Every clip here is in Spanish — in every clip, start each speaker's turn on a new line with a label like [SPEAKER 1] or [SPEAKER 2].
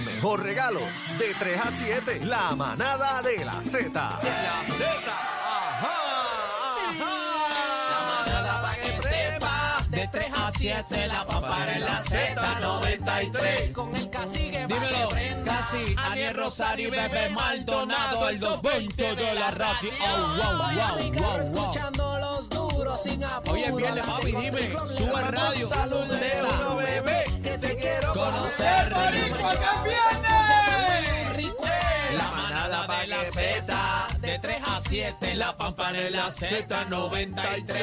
[SPEAKER 1] mejor regalo. De 3 a 7, la manada de la Z.
[SPEAKER 2] La Z. Ajá. La manada para que sepa. De 3 a 7, la papara en la Z 93.
[SPEAKER 3] Con el cacique pa'
[SPEAKER 2] Dímelo,
[SPEAKER 3] que prenda.
[SPEAKER 2] casi Aniel Rosario y Bebé Maldonado, el 220 de la radio. Oh,
[SPEAKER 3] Voy a mi
[SPEAKER 2] wow, wow,
[SPEAKER 3] carro
[SPEAKER 2] wow, wow.
[SPEAKER 3] escuchando los duros sin apuro.
[SPEAKER 2] Oye, viernes,
[SPEAKER 3] Las
[SPEAKER 2] papi,
[SPEAKER 3] tengo
[SPEAKER 2] dime,
[SPEAKER 3] en el club y
[SPEAKER 2] sube
[SPEAKER 3] le mando
[SPEAKER 2] radio,
[SPEAKER 3] un saludo de
[SPEAKER 2] Z.
[SPEAKER 3] uno, bebé, que te quiero
[SPEAKER 2] Conocer,
[SPEAKER 3] rico
[SPEAKER 2] rico,
[SPEAKER 3] que
[SPEAKER 2] viernes.
[SPEAKER 3] Rico.
[SPEAKER 2] La manada de la Z, de 3 a 7, la pampana en la Z 93.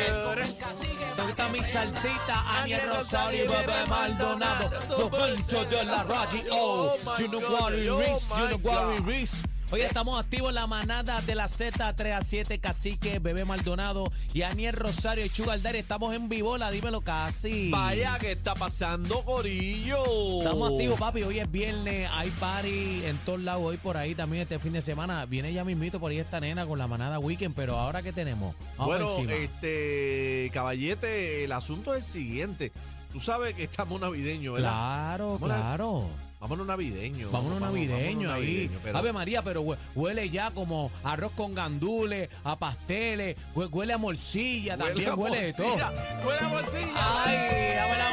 [SPEAKER 2] Me gusta mi salsita, Aniel Rosario y Bebé Maldonado. Oh Los pinchos de la radio. You know what it is, you know what it is. Oye, estamos activos en la manada de la Z 3 a 7, Cacique, Bebé Maldonado y Aniel Rosario y Chugaldari. Estamos en Vivola, dímelo, Cacique.
[SPEAKER 4] Vaya, ¿qué está pasando, Corillo? Oh.
[SPEAKER 2] Estamos activos, papi. Hoy es viernes, hay party en todos lados. Hoy por ahí también este fin de semana. Viene ya mismito por ahí esta nena con la manada weekend, pero ahora ¿qué tenemos? Vamos
[SPEAKER 4] Bueno, eh,
[SPEAKER 2] por encima.
[SPEAKER 4] este, caballete, el asunto es el siguiente. Tú sabes que estamos navideños, ¿verdad?
[SPEAKER 2] claro,
[SPEAKER 4] Vamos a-
[SPEAKER 2] claro.
[SPEAKER 4] Vámonos navideños.
[SPEAKER 2] Vámonos navideño
[SPEAKER 4] vámonos
[SPEAKER 2] ahí.
[SPEAKER 4] navideños, pero-
[SPEAKER 2] Ave María, pero hue- huele ya como arroz con gandules, a pasteles, hue- huele a morcilla, también
[SPEAKER 4] a
[SPEAKER 2] huele de todo.
[SPEAKER 4] morcilla, Huele a bolsilla.
[SPEAKER 2] ¡Ay, dame la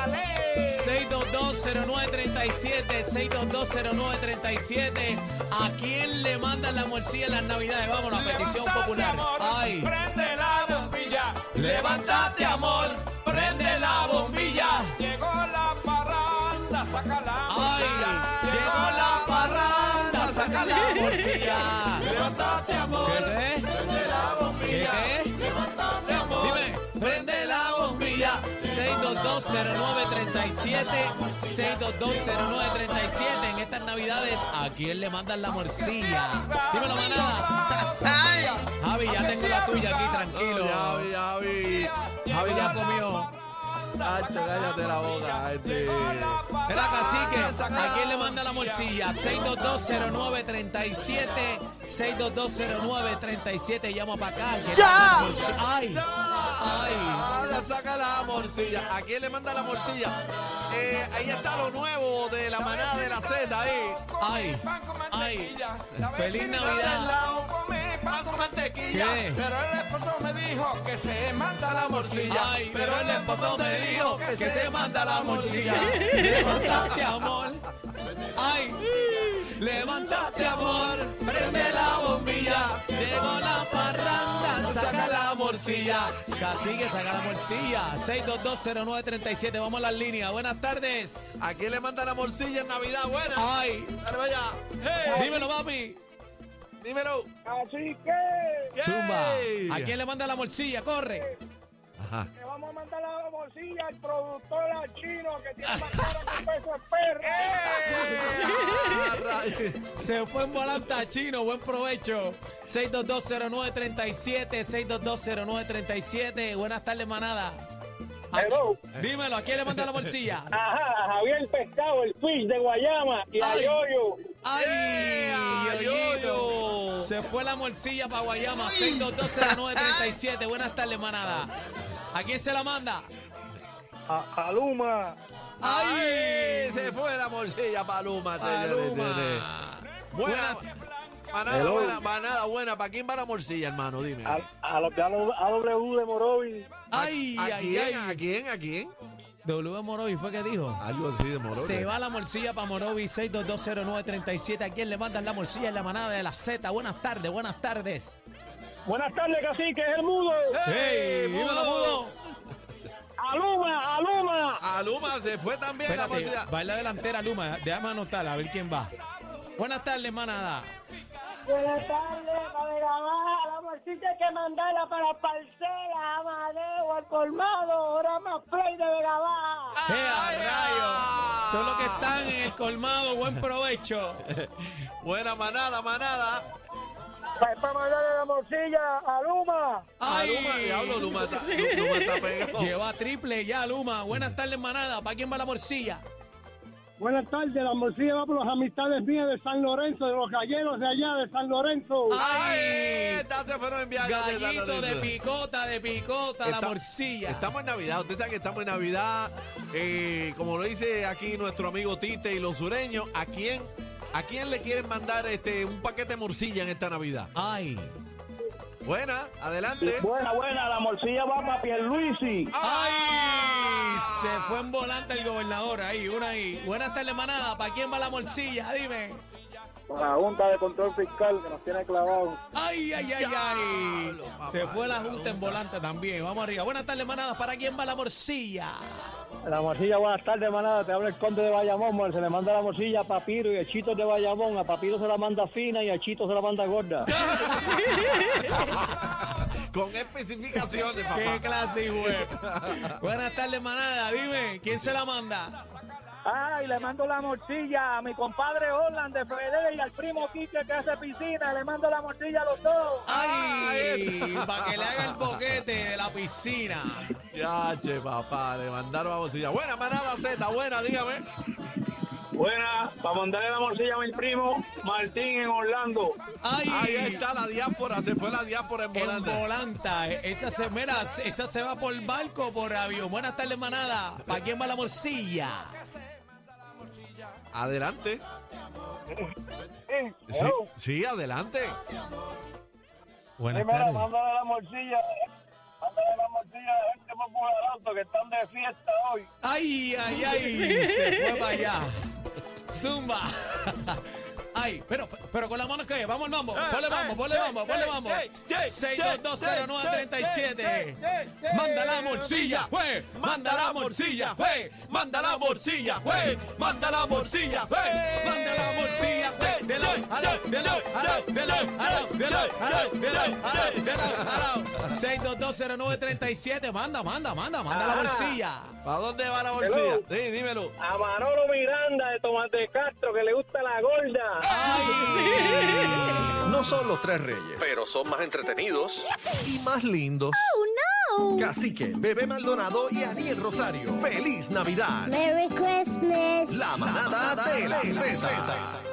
[SPEAKER 2] morcilla!
[SPEAKER 4] ¡Ale!
[SPEAKER 2] 6220937, 6220937. ¿A quién le mandan la morcilla en las navidades? Vámonos, a petición popular. Ay,
[SPEAKER 5] prende la bombilla.
[SPEAKER 2] levántate, amor, prende la bombilla.
[SPEAKER 5] Llegó la parranda, saca la
[SPEAKER 2] Ay, llegó la parranda, saca la morcilla. Levántate, amor, prende la bombilla. ¿Qué? Levántate, amor, dime, prende la bombilla. 6220937, 6220937. En estas navidades, ¿a quién le mandan la morcilla? Dímelo, manada. Javi, ya tengo la tuya aquí, tranquilo.
[SPEAKER 4] Javi, Javi.
[SPEAKER 2] Oh, Javi ya comió.
[SPEAKER 4] Tacho, cállate la boca. Este.
[SPEAKER 2] Era cacique, ¿a quién le manda la morcilla? 6220937, 6220937, llama para acá. ¿Quién le manda la morcilla? ¡Ay! ¡Ay!
[SPEAKER 4] Ahora saca la morcilla. ¿A quién le manda la morcilla? Eh, ahí está lo nuevo de la manada de la Z ahí.
[SPEAKER 2] ¡Ay! ¡Ay! ¡Feliz Navidad!
[SPEAKER 4] Pan con mantequilla.
[SPEAKER 2] ¿Qué?
[SPEAKER 5] Pero el esposo me dijo que se manda
[SPEAKER 4] La
[SPEAKER 5] la
[SPEAKER 4] morcilla.
[SPEAKER 2] Ay, pero el esposo me dijo que se manda la morcilla. Levantate, amor. Ay, levantate, amor. Prende la bombilla. Llegó la parranda. Saca la morcilla. Cacique, saca la morcilla. 6220937. Vamos a las líneas. Buenas tardes.
[SPEAKER 4] ¿A quién le manda la morcilla en Navidad? Buena.
[SPEAKER 2] Ay,
[SPEAKER 4] Dale vaya. Hey,
[SPEAKER 2] dímelo, papi.
[SPEAKER 4] dímelo.
[SPEAKER 6] Así que
[SPEAKER 4] Hey.
[SPEAKER 2] Zumba. ¿A quién le manda la morcilla? Corre.
[SPEAKER 4] Ajá.
[SPEAKER 6] le vamos a mandar la bolsilla al productor al chino que tiene más cara que un peso de perro.
[SPEAKER 4] ¡Eh! Ah, rayos.
[SPEAKER 2] Se fue en volanta chino, buen provecho. 6220937, 6220937. Buenas tardes, manada. ¿A-
[SPEAKER 6] Hello.
[SPEAKER 2] Dímelo, ¿a quién le manda la bolsilla?
[SPEAKER 6] Ajá, a Javier Pescado, el fish de Guayama y a
[SPEAKER 2] Ay.
[SPEAKER 6] Yoyo.
[SPEAKER 2] ¡Ay!
[SPEAKER 4] Yeah,
[SPEAKER 2] Yoyo.
[SPEAKER 4] Yoyo.
[SPEAKER 2] Se fue la morcilla para Guayama. 6220937. Buenas tardes, manada. ¿A quién se la manda?
[SPEAKER 6] A, a Luma.
[SPEAKER 2] ¡Ay!
[SPEAKER 4] Ay, se fue la morcilla, Paluma.
[SPEAKER 2] Paloma.
[SPEAKER 4] Buena.
[SPEAKER 2] Buenas-
[SPEAKER 4] Manada
[SPEAKER 6] Hello.
[SPEAKER 4] buena, manada buena. ¿Para quién va la morcilla, hermano? Dime.
[SPEAKER 6] A, a los de AW de Morovis.
[SPEAKER 2] ¡Ay!
[SPEAKER 4] ¿A
[SPEAKER 2] ¡Ay!
[SPEAKER 4] quién?
[SPEAKER 2] ay.
[SPEAKER 4] ¿A quién? ¿A quién?
[SPEAKER 2] W. Morovis fue que dijo.
[SPEAKER 4] Algo así de morón.
[SPEAKER 2] Se va la morcilla para Morovi 6220937. ¿A quién le mandan la morcilla en la manada de la Z? Buenas tardes, buenas tardes.
[SPEAKER 6] Buenas tardes, cacique, es el mudo.
[SPEAKER 2] ¡Eh! ¡Hey! ¡Viva mudo!
[SPEAKER 6] A Luma, a Luma.
[SPEAKER 4] A Luma se fue también la
[SPEAKER 2] Espérate,
[SPEAKER 4] morcilla.
[SPEAKER 2] va en la delantera Luma. Déjame anotar a ver quién va. Buenas tardes, manada.
[SPEAKER 6] Buenas tardes, Cabera Baja. La bolsita hay que mandarla para Parcela, Amadeo, al colmado, ahora más play de Vega Baja.
[SPEAKER 2] ¡Eh, a rayo! Todos los que están en el colmado, buen provecho.
[SPEAKER 4] Buena manada, manada.
[SPEAKER 6] Para mandarle la morcilla a Luma.
[SPEAKER 4] A
[SPEAKER 2] ¡Ay!
[SPEAKER 4] Luma, Ah, diablo, Luma está, Lu- Luma está pegado.
[SPEAKER 2] Lleva triple ya, Luma. Buenas tardes, manada. ¿Para quién va la morcilla?
[SPEAKER 6] Buenas tardes, la morcilla va por las amistades mías de San Lorenzo, de los galleros de allá, de San Lorenzo.
[SPEAKER 4] ¡Ay! Estas se fueron enviadas desde San
[SPEAKER 2] Gallito de
[SPEAKER 4] Lorenzo.
[SPEAKER 2] picota, de picota, la
[SPEAKER 4] Está-
[SPEAKER 2] morcilla.
[SPEAKER 4] Estamos en Navidad, usted sabe que estamos en Navidad. eh, como lo dice aquí nuestro amigo Tite y los sureños, ¿a quién, a quién le quieren mandar este un paquete de morcilla en esta Navidad?
[SPEAKER 2] Ay,
[SPEAKER 4] Buena, adelante.
[SPEAKER 7] Buena, buena, la morcilla va para Pierluisi.
[SPEAKER 2] ay, se fue en volante el gobernador ahí, una ahí. Buenas tardes, manada. ¿Para quién va la morcilla? Dime.
[SPEAKER 7] La Junta de Control Fiscal que nos tiene clavado.
[SPEAKER 2] Ay, ay, ay, ay.
[SPEAKER 4] Diablo, papá,
[SPEAKER 2] Se fue la junta en volante también. Vamos arriba. Buenas tardes, manadas. ¿Para quién va la morcilla?
[SPEAKER 7] La morcilla, buenas tardes, manada. Te habla el conde de Bayamón. man. Se le manda la morcilla a Papiro y a Chito de Bayamón. A Papiro se la manda fina y a Chito se la manda gorda.
[SPEAKER 4] Con especificaciones,
[SPEAKER 2] Qué
[SPEAKER 4] papá.
[SPEAKER 2] clase, güey. Buenas tardes, manada. Dime, ¿quién se la manda?
[SPEAKER 7] Ay, le mando la morcilla a mi compadre Orland de Fredel y al primo Quique que hace piscina. Le mando la morcilla a los dos.
[SPEAKER 2] Ay, para que le haga el boquete de la piscina.
[SPEAKER 4] Ya, che, papá, le mandaron a morcilla. Buena, manada Z, buena, dígame.
[SPEAKER 7] Buena, para mandarle la morcilla a mi primo Martín en Orlando.
[SPEAKER 2] Ay,
[SPEAKER 4] Ahí está la diáspora, se fue la diáspora en
[SPEAKER 2] En
[SPEAKER 4] volante.
[SPEAKER 2] volanta, esa se, mira, esa se va por barco o por avión. Buenas tardes, manada. ¿Para quién va la morcilla?
[SPEAKER 4] Adelante. Sí,
[SPEAKER 7] Eh, Hello.
[SPEAKER 4] sí, adelante.
[SPEAKER 2] Buenas
[SPEAKER 7] Primero, mándale la morcilla. Mándale la morcilla a la gente popular alto que están de fiesta hoy.
[SPEAKER 2] Ay, ay, ay, se fue para allá. Zumba. Ay, pero, pero con la mano que vamos, vamos, ponle vamos, ponle vamos, ponle vamos. 6220937. Manda la morcilla, güey. Manda la morcilla, güey. Manda la morcilla, güey. Manda la morcilla, güey. Manda la morcilla, güey. De lado, a lado, de lado, a lado, de lado, a lado, de lado, a lado, de lado, a lado, de lado, a lado. 6220937. Manda, manda, manda, manda la morcilla.
[SPEAKER 4] ¿Para dónde va la morcilla?
[SPEAKER 7] Hello.
[SPEAKER 4] Sí, dímelo.
[SPEAKER 7] A Manolo Miranda de Tomás de Castro que le gusta la gorda.
[SPEAKER 1] No son los tres reyes, pero son más entretenidos y más lindos. ¡Oh, no! Cacique, Bebé Maldonado y Ariel Rosario. ¡Feliz Navidad!
[SPEAKER 8] Merry Christmas.
[SPEAKER 1] La manada de la Z.